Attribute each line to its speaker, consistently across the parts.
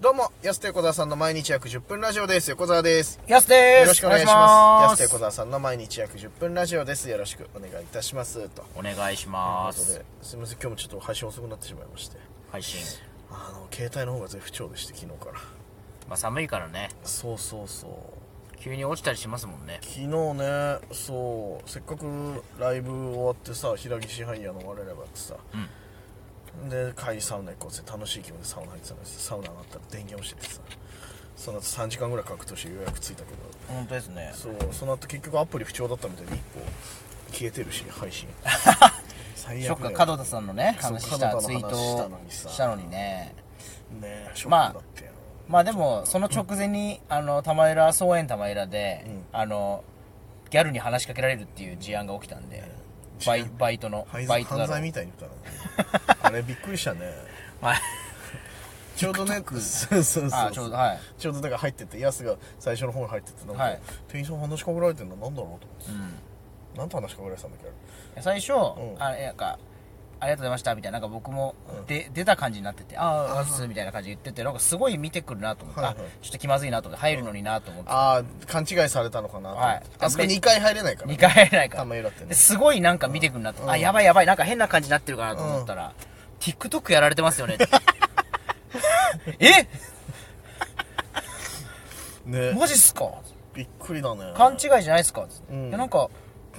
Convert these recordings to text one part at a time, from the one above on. Speaker 1: どうも、安手小沢さんの毎日約10分ラジオです。横澤です。
Speaker 2: やすです
Speaker 1: よろしくお願いします。安手小
Speaker 2: お
Speaker 1: 沢さんの毎日約10分ラジオです。よろしくお願いいたします。と。
Speaker 2: 願いしま
Speaker 1: という
Speaker 2: すお願いしま
Speaker 1: こと
Speaker 2: す
Speaker 1: で、すみません、今日もちょっと配信遅くなってしまいまして。
Speaker 2: 配信、
Speaker 1: あの、携帯の方が絶不調でして、昨日から。
Speaker 2: まあ、寒いからね
Speaker 1: そうそうそう。
Speaker 2: 急に落ちたりしますもんね
Speaker 1: 昨日ねそうせっかくライブ終わってさ平岸ハイヤーの我らがってさ、で帰りサウナ行こうって楽しい気分でサウナ入ってたのにサウナ上がったら電源落ちててさその後3時間ぐらい格闘してようやく着いたけど
Speaker 2: 本当ですね
Speaker 1: そうその後結局アプリ不調だったみたいで1個消えてるし配 信最
Speaker 2: ショ
Speaker 1: 悪
Speaker 2: ック
Speaker 1: だよ
Speaker 2: 角田さんのね
Speaker 1: そう
Speaker 2: 話した
Speaker 1: 角
Speaker 2: ツ
Speaker 1: 田
Speaker 2: イ
Speaker 1: の
Speaker 2: ート
Speaker 1: 話したの
Speaker 2: を
Speaker 1: にさ
Speaker 2: したのにね
Speaker 1: ねショ
Speaker 2: ま
Speaker 1: ッ
Speaker 2: あ
Speaker 1: クだってよ、
Speaker 2: まあでもその直前に、あの玉浦総園玉浦で、
Speaker 1: ん
Speaker 2: あのギャルに話しかけられるっていう事案が起きたんで、バイバイトの
Speaker 1: 犯罪
Speaker 2: バイトだ
Speaker 1: 犯
Speaker 2: ろ
Speaker 1: 罪
Speaker 2: う
Speaker 1: みたいに言ったらあれびっくりしたね
Speaker 2: はい
Speaker 1: ちょうどねそうそうそう
Speaker 2: あちょうどはい
Speaker 1: ちょうどだから入っててヤスが最初の方に入っててなんか、
Speaker 2: はい
Speaker 1: 店員さん話しかけられてんのなんだろうと思って、
Speaker 2: ん
Speaker 1: なんて話しかけられてたんだっけあれ
Speaker 2: 最初、
Speaker 1: ん
Speaker 2: あなんかありがとうございましたみたいななんか僕もで、出た感じになっててああ
Speaker 1: あ
Speaker 2: っすみたいな感じで言っててなんかすごい見てくるなと思って、
Speaker 1: はいはい
Speaker 2: あちょっと気まずいなと思って入るのになと思って、
Speaker 1: ああ勘違いされたのかなと思って、
Speaker 2: はい
Speaker 1: あそこ2回入れないからね、
Speaker 2: 2回入れないから
Speaker 1: 玉浦ってね
Speaker 2: ですごいなんか見てくるなと、あやばいやばいなんか変な感じになってるかなと思ったら、TikTok やられてますよねって え
Speaker 1: ね
Speaker 2: マジっすか
Speaker 1: びっくりだね
Speaker 2: 勘違いじゃないっすか、
Speaker 1: ん
Speaker 2: いやなんか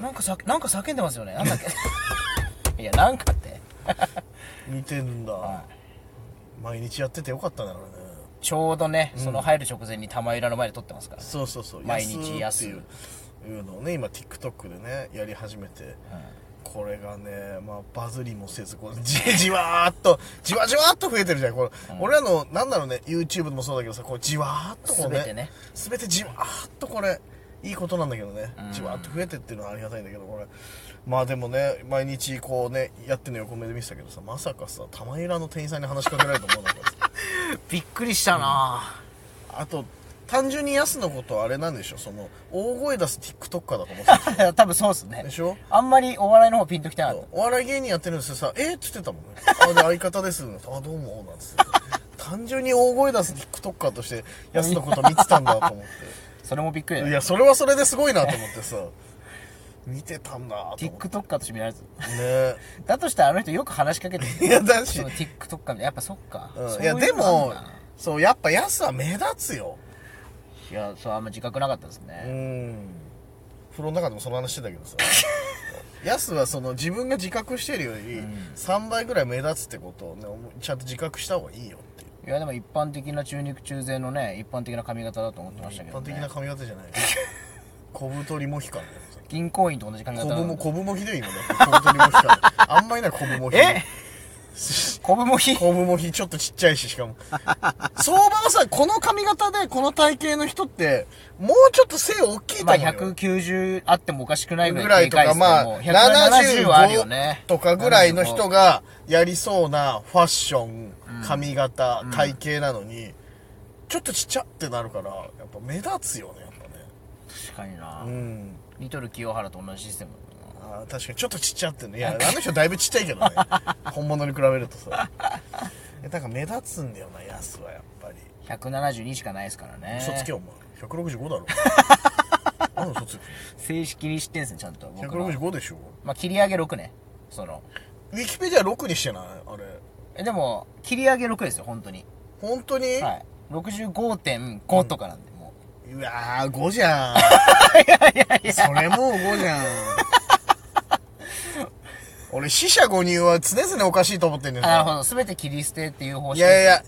Speaker 2: なんかさなんか叫んでますよねなんだっ けいやなんかって
Speaker 1: 見てるんだ、
Speaker 2: は
Speaker 1: 毎日やっててよかったねあれね
Speaker 2: ちょうどね、その入る直前に玉浦の前で撮ってますから、
Speaker 1: そうそうそう
Speaker 2: 毎日
Speaker 1: 安っていういうのをね今 TikTok でねやり始めて、これがね、まあ、バズりもせずこう じじわーっとじわじわーっと増えてるじゃんこれ、俺らのなんだろうね YouTube でもそうだけどさこうじわーっとこうね
Speaker 2: 全てね
Speaker 1: 全てじわーっとこれいいことなんだけどね、
Speaker 2: うん
Speaker 1: じわーっと増えてっていうのはありがたいんだけどこれまあでもね毎日こうねやってるの横目で見てたけどさまさかさ玉井らの店員さんに話しかけられると思わなかった
Speaker 2: びっくりしたな、
Speaker 1: あと単純に安のことはあれなんでしょその大声出す TikToker だと思ってた
Speaker 2: 多分そうっすね
Speaker 1: でしょ
Speaker 2: あんまりお笑いの方ピンときてなかっ
Speaker 1: お笑い芸人やってるんですよさ「えっ?」っつってたもんね「あで相方です」あどうも」なんつって単純に大声出す TikToker として安のこと見てたんだと思った
Speaker 2: それもびっくり
Speaker 1: て
Speaker 2: だ
Speaker 1: い
Speaker 2: よ
Speaker 1: やそれはそれですごいなと思ってさ見てたんだと思って
Speaker 2: TikToker として見られず
Speaker 1: ね
Speaker 2: だとしたらあの人よく話しかけて
Speaker 1: い
Speaker 2: る
Speaker 1: やだし
Speaker 2: その TikToker みたいなやっぱそっか、
Speaker 1: うん
Speaker 2: そう
Speaker 1: いうや
Speaker 2: の
Speaker 1: でも
Speaker 2: なんだ
Speaker 1: そうやっぱ安は目立つよ
Speaker 2: いやそうあんま自覚なかったです
Speaker 1: う
Speaker 2: ね、
Speaker 1: ん風呂の中でもその話してたけどさ ヤスはその自分が自覚してるより3倍ぐらい目立つってことを、ね、思いちゃんと自覚した方がいいよっていう
Speaker 2: いやでも一般的な中肉中背のね一般的な髪型だと思ってましたけ
Speaker 1: 一
Speaker 2: ど、
Speaker 1: 般
Speaker 2: ね、
Speaker 1: 的な髪型じゃない 小太りモヒカンだよ
Speaker 2: 銀行員と同じ髪
Speaker 1: 小
Speaker 2: 型
Speaker 1: ぶ
Speaker 2: な
Speaker 1: も
Speaker 2: の
Speaker 1: 小ぶもひでよ今ね小太りモヒ カンあんまいない小ぶもひ
Speaker 2: えコブも ひ
Speaker 1: 小ぶもひちょっとちっちゃいししかも相場はさこの髪型でこの体型の人ってもうちょっと背大きいと
Speaker 2: ま
Speaker 1: 思
Speaker 2: あ
Speaker 1: うよ、
Speaker 2: 190あってもおかしくないぐ
Speaker 1: ぐ
Speaker 2: ら
Speaker 1: ら
Speaker 2: い
Speaker 1: いと
Speaker 2: でか
Speaker 1: か、
Speaker 2: いですね
Speaker 1: ま
Speaker 2: も
Speaker 1: あ、
Speaker 2: う170はあるよ
Speaker 1: 75
Speaker 2: ね
Speaker 1: とかぐらいの人
Speaker 2: が
Speaker 1: がやりそうなファッション、髪型、体型なのに、ちょっとちっちゃってなるから、やっぱ目立つよね、やっ
Speaker 2: 確かにな、
Speaker 1: ぱね。うん。
Speaker 2: リトル清原と同じシステムだな
Speaker 1: あー確かにちょっとちっちゃってね。いや、あの人だいぶちっちゃいけど ね。本物に比べるとさ。いやなんか目立つんだよな、ヤスはやっぱり。
Speaker 2: 172しかないですからね
Speaker 1: 嘘つけよ、お前。165だろ。 何嘘つ
Speaker 2: 正式に知ってんすねちゃんと
Speaker 1: け
Speaker 2: 僕の
Speaker 1: ?165 でしょ
Speaker 2: まあ切り上げ6ねその
Speaker 1: ウィキペディア6にしてないあれ。
Speaker 2: えでも切り上げ6ですよ本当に
Speaker 1: 本当に、
Speaker 2: はい65.5とかなんで、も
Speaker 1: うわー、5じゃん。それもう5じゃん。俺、死者誤入は常々おかしいと思ってんね
Speaker 2: うんあなるほ
Speaker 1: な。
Speaker 2: ど全て切り捨てっていう方
Speaker 1: い
Speaker 2: 式
Speaker 1: やいやい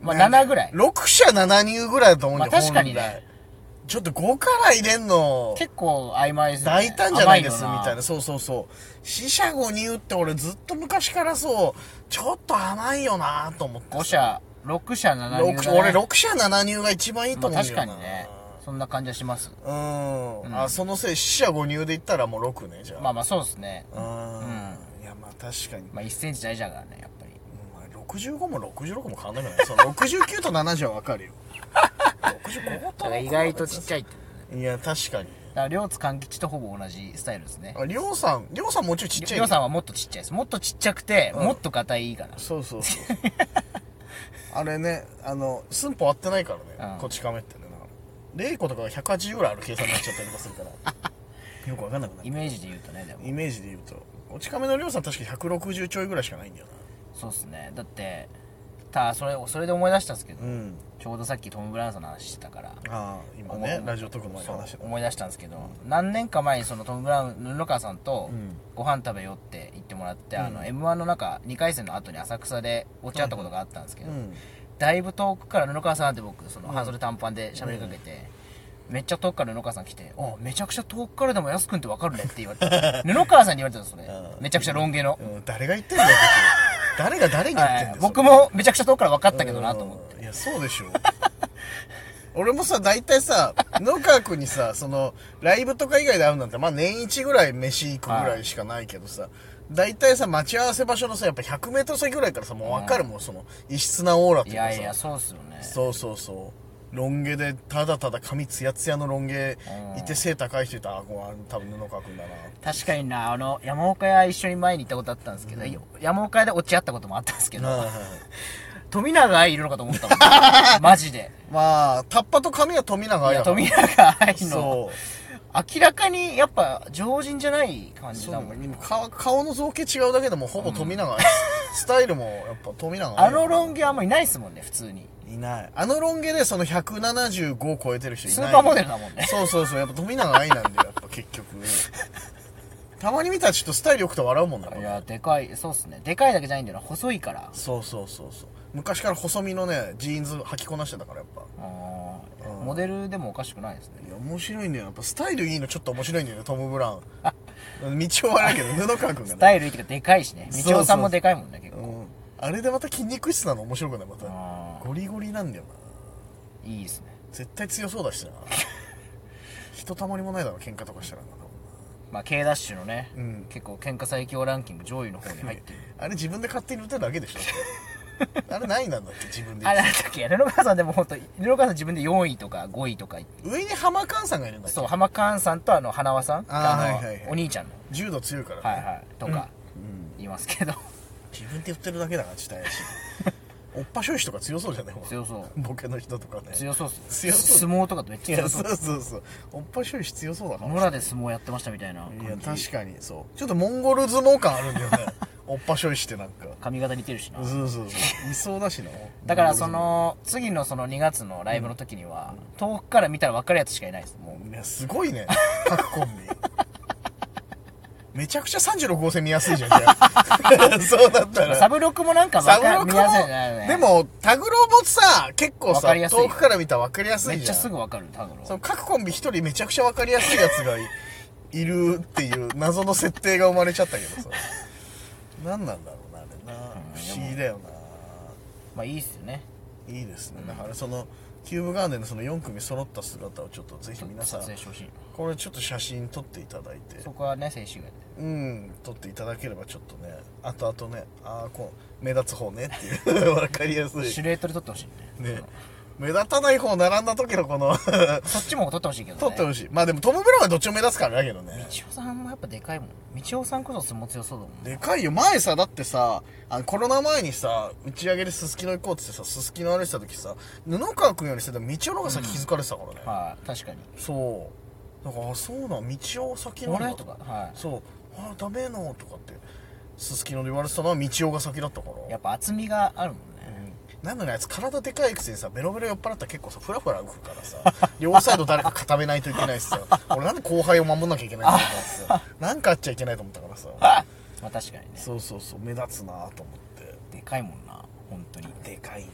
Speaker 2: まあ7ぐら
Speaker 1: や、
Speaker 2: い
Speaker 1: 6社7入ぐらいだと思うんだよ、
Speaker 2: まあ確かにね
Speaker 1: 本来ちょっと5から入れんの、
Speaker 2: 結構曖昧ですよね
Speaker 1: 大胆じゃないです、み
Speaker 2: 甘の
Speaker 1: たいな。そうそうそう。死者誤入って俺ずっと昔からそう、ちょっと甘いよなと思って。
Speaker 2: 5社6社7入
Speaker 1: 六俺6社7入が一番いいと思うん
Speaker 2: まあ、
Speaker 1: だ
Speaker 2: 確
Speaker 1: よ
Speaker 2: か
Speaker 1: な。
Speaker 2: にねそんな感じはします
Speaker 1: うん、あそのせい死者誤入で言ったらもう6ねじゃあ
Speaker 2: まあまあそうですね
Speaker 1: うんいやまあ確かに、
Speaker 2: まあ1センチ大事だからねやっぱり
Speaker 1: まあ、65も66も変わんないじゃないその69と70は分かるよ65と
Speaker 2: だから意外とちっちゃいって
Speaker 1: いや確かに
Speaker 2: だから両津勘吉とほぼ同じスタイルですね
Speaker 1: ありょうさんりょうさんもうちょいちっちゃい
Speaker 2: りょうさ
Speaker 1: ん
Speaker 2: んはもっとちっちゃいですもっとちっちゃくて、もっと硬いから
Speaker 1: そうそうそうあれねあの寸法合ってないからね、
Speaker 2: うん
Speaker 1: こち亀ってねなんか0個とかが180ぐらいある計算になっちゃったりとかするからよくわかんなくな
Speaker 2: イ
Speaker 1: る
Speaker 2: メージで言うとねでも
Speaker 1: イメージで言うとこち亀の量産確か160ちょいぐらいしかないんだよ
Speaker 2: そうっすねだってたそれそれで思い出したんですけど、
Speaker 1: なうん
Speaker 2: ちょうどさっきトム・ブラウンさんの話してたから
Speaker 1: ああ今
Speaker 2: 思い出
Speaker 1: ねラジオトークの前に話して
Speaker 2: そう
Speaker 1: た
Speaker 2: 思い出したんですけど、何年か前にそのトム・ブラウン布川さんと
Speaker 1: うん
Speaker 2: ご飯食べようって言ってもらって、あ
Speaker 1: う
Speaker 2: の
Speaker 1: ん
Speaker 2: m 1の中2回戦の後に浅草で落ち合ったことがあったんですけど、
Speaker 1: うん
Speaker 2: だいぶ遠くから布川さんって僕その半袖短パンで喋りかけて、めっちゃ遠くから布川さん来て「あめちゃくちゃ遠くからでも安くんって分かるね」って言われて布川さんに言われたんですそれ
Speaker 1: うん
Speaker 2: めちゃくちゃロン毛の、
Speaker 1: うん誰が言ってんだよ別に誰が誰に言ってんだ
Speaker 2: は
Speaker 1: よ
Speaker 2: い
Speaker 1: それ
Speaker 2: 僕もめちゃくちゃ遠くから分かったけどなと思って
Speaker 1: うんいやそうでしょ俺もさ大体さ野川君にさそのライブとか以外で会うなんてまあ年一ぐらい飯行くぐらいしかないけどさ大体さ待ち合わせ場所のさやっぱ 100m 先ぐらいからさもう分かるもんその異質なオーラって
Speaker 2: い
Speaker 1: いうかさ
Speaker 2: やいやそうっすよね
Speaker 1: そうそうそうロン毛でただただ髪ツヤツヤのロン毛いて背高い人いたらあこれ多分布川君だな
Speaker 2: 確かになあの山岡屋一緒に前に行ったことあったんですけど、山岡屋で落ち合ったこともあったんですけど、
Speaker 1: はいはい
Speaker 2: 富永愛いるのかと思 ったもんマジで
Speaker 1: まあタッパと髪は富永愛
Speaker 2: い
Speaker 1: だ
Speaker 2: や
Speaker 1: から
Speaker 2: 富永愛の
Speaker 1: そう
Speaker 2: 明らかにやっぱ常人じゃない感じ
Speaker 1: そう
Speaker 2: だ
Speaker 1: だ
Speaker 2: も
Speaker 1: も
Speaker 2: ん
Speaker 1: ん顔顔の造形違うだけでもほぼ富永、 スタイルもやっぱ富永
Speaker 2: あのロ
Speaker 1: 毛
Speaker 2: ン毛あんまいないですもんね普通に
Speaker 1: いないあのロン毛でその175を超えてる人いない
Speaker 2: スーパーモデルだもんね
Speaker 1: そうそうそうやっぱ富永愛なんだよやっぱ結局たまに見たらちょっとスタイル良くて笑うもんだ
Speaker 2: い
Speaker 1: ね
Speaker 2: やでかいそうっすねでかいだけじゃないんだよな細いから
Speaker 1: そうそうそうそう昔から細身のねジーンズ履きこなしてたからやっぱ
Speaker 2: あー
Speaker 1: うん
Speaker 2: モデルでもおかしくないですね
Speaker 1: いや面白いんだよやっぱスタイルいいのちょっと面白いんだよねトム・ブラウ ン道を笑うけど布川君が
Speaker 2: ス
Speaker 1: ね
Speaker 2: タイルいいっていうかでかいしね
Speaker 1: そう
Speaker 2: み
Speaker 1: そう
Speaker 2: ちおさんもでかいもんね結
Speaker 1: う
Speaker 2: 構
Speaker 1: んあれでまた筋肉質なの面白くないまた
Speaker 2: あ
Speaker 1: ゴリゴリなんだよな
Speaker 2: ーいいですね
Speaker 1: 絶対強そうだしな ひとたまりもないだろ喧嘩とかしたらな
Speaker 2: まあ K ダッシュのね、
Speaker 1: うん
Speaker 2: 結構喧嘩最強ランキング上位の方に入ってる
Speaker 1: あれ自分で勝手に打てるだけで しょあれ何なんだって自分で
Speaker 2: あれなんだっけ布川さんでも本当布川さん自分で4位とか5位とか言って
Speaker 1: 上に浜ンさんがいるんだっけ
Speaker 2: そう浜ンさんとあの花輪さん
Speaker 1: あー
Speaker 2: の
Speaker 1: はいはいはい
Speaker 2: お兄ちゃんの
Speaker 1: 柔道強いからね、
Speaker 2: はいはいとか言いますけど、
Speaker 1: 自分で打ってるだけだからち ょっと怪しいおっぱしょい人とか強そうじゃないもん
Speaker 2: 強そう
Speaker 1: ボケの人とかね
Speaker 2: 強そうっす
Speaker 1: 強そう
Speaker 2: 相撲とかとめっ
Speaker 1: い
Speaker 2: ちゃ
Speaker 1: や
Speaker 2: 強そ
Speaker 1: そううそうそうおっぱしょい人強そうだから
Speaker 2: 野良で相撲やってましたみたいない
Speaker 1: や
Speaker 2: 感じ
Speaker 1: 確かにそうちょっとモンゴル相撲感あるん だよねおっぱしょいしてなんか
Speaker 2: 髪型似てるしな
Speaker 1: そうそうそういそうだしな
Speaker 2: だからその次のその2月のライブの時には遠くから見たら分かるやつしかいないですもう
Speaker 1: いやすごいね各コンビめちゃくちゃ36号線見やすいじゃんじ ゃあそうだったら
Speaker 2: サブロクもなんか
Speaker 1: サブロク
Speaker 2: 分かる見
Speaker 1: も
Speaker 2: やすいじゃないよね
Speaker 1: でもタグロもさ結構
Speaker 2: わ
Speaker 1: さ
Speaker 2: かりやすいよ
Speaker 1: 遠くから見たら分かりやす
Speaker 2: め
Speaker 1: い
Speaker 2: っ
Speaker 1: じゃん
Speaker 2: ちゃすぐ分かるタグロ
Speaker 1: その各コンビ一人めちゃくちゃ分かりやすいやつがいいるっていう謎の設定が生まれちゃったけどさ何なんだろうなあれな不思議だよ
Speaker 2: まあいいっすよね
Speaker 1: ないいですねだからそのキューブガーデンのその4組揃った姿をちょっとぜひ皆さん
Speaker 2: 撮影してほしいな
Speaker 1: これちょっと写真撮っていただいて
Speaker 2: そこはね静止画で
Speaker 1: うん撮っていただければちょっとね後々ねああこう目立つ方ねっていう分かりやすい
Speaker 2: シルエットで撮ってほしいね
Speaker 1: ね目立たない方並んだ時のこの
Speaker 2: そっちも撮ってほしいけどね
Speaker 1: 撮ってほしいまあでもトム・ブラウンはどっちも目立つからだけどね
Speaker 2: 道夫さんもやっぱでかいもん道夫さんこそ相撲強そうだもんね
Speaker 1: でかいよ前さだってさあのコロナ前にさ打ち上げでススキノ行こうっつってさススキノ歩いてた時さ布川君よりさでも道夫の方が先気づかれてたからね、
Speaker 2: はい確かに
Speaker 1: そうだからあそうなん道夫先なん
Speaker 2: 俺
Speaker 1: だ
Speaker 2: とかは
Speaker 1: そうあダメのとかってすすきので言われてたのは道夫が先だったから
Speaker 2: いやっぱ厚みがあるもんね
Speaker 1: なのにあいつ体でかいくせにさベロベロ酔っ払ったら結構さフラフラ浮くからさ 両サイド誰か固めないといけないしさ 俺なんで後輩を守んなきゃいけないんだろうと思 ってさなんかあっちゃいけないと思ったからさ
Speaker 2: まあ確かにね
Speaker 1: そうそうそう目立つなと思って
Speaker 2: でかいもんな本当に
Speaker 1: でかいね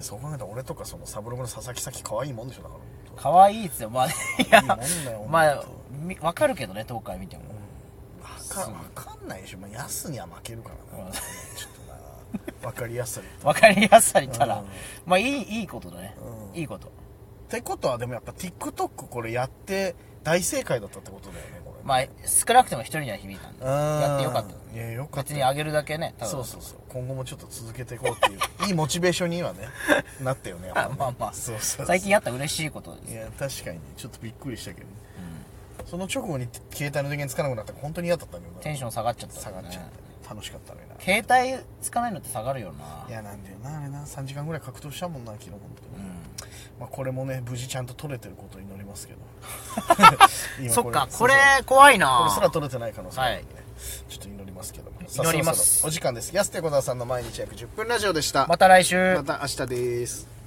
Speaker 1: そう考えたら俺とかそのサブログの佐々木咲可愛いもんでしょだか
Speaker 2: 可愛いっすよまあい
Speaker 1: ら
Speaker 2: や
Speaker 1: いいもんだよ
Speaker 2: まあ
Speaker 1: 本
Speaker 2: みわかるけどね東海見ても
Speaker 1: 当わかわかんないでしょ、まあ、ヤスには負けるからな、
Speaker 2: うん
Speaker 1: ちょっとなわかりやすい
Speaker 2: わかりやすさに言った
Speaker 1: う
Speaker 2: ら
Speaker 1: ん
Speaker 2: まあいいいいことだね
Speaker 1: うん
Speaker 2: いいこと
Speaker 1: ってことはでもやっぱ TikTok これやって大正解だったってことだよねこれ
Speaker 2: まあ少なくても一人には響いたんで
Speaker 1: うん
Speaker 2: やってよかった
Speaker 1: いやよかった
Speaker 2: 別にあげるだけねただ
Speaker 1: そうそうそう今後もちょっと続けていこうっていういいモチベーションにはねなったよねやっぱね
Speaker 2: まあまあ
Speaker 1: そうそう
Speaker 2: 最近やった嬉しいことです
Speaker 1: いや確かにねちょっとびっくりしたけどね、その直後に携帯の電源つかなくなったから本当に嫌だったんだよな
Speaker 2: テンション下がっちゃった
Speaker 1: 下がっちゃっ
Speaker 2: ね
Speaker 1: た、楽しかったのにな
Speaker 2: 携帯つかないのって下がるよない
Speaker 1: やなんだよなあれな3時間ぐらい格闘したもんな昨日本当
Speaker 2: う
Speaker 1: に、
Speaker 2: ん
Speaker 1: まあ、これもね無事ちゃんと取れてることを祈ります けど今
Speaker 2: そっかこれ
Speaker 1: そうそう
Speaker 2: 怖い
Speaker 1: こ
Speaker 2: な
Speaker 1: れすら取れてない可能性があるんでね、ちょっと祈りますけどもさあ
Speaker 2: 祈ります
Speaker 1: そろそろお時間です安手小沢さんの毎日約10分ラジオでした
Speaker 2: また来週
Speaker 1: また明日です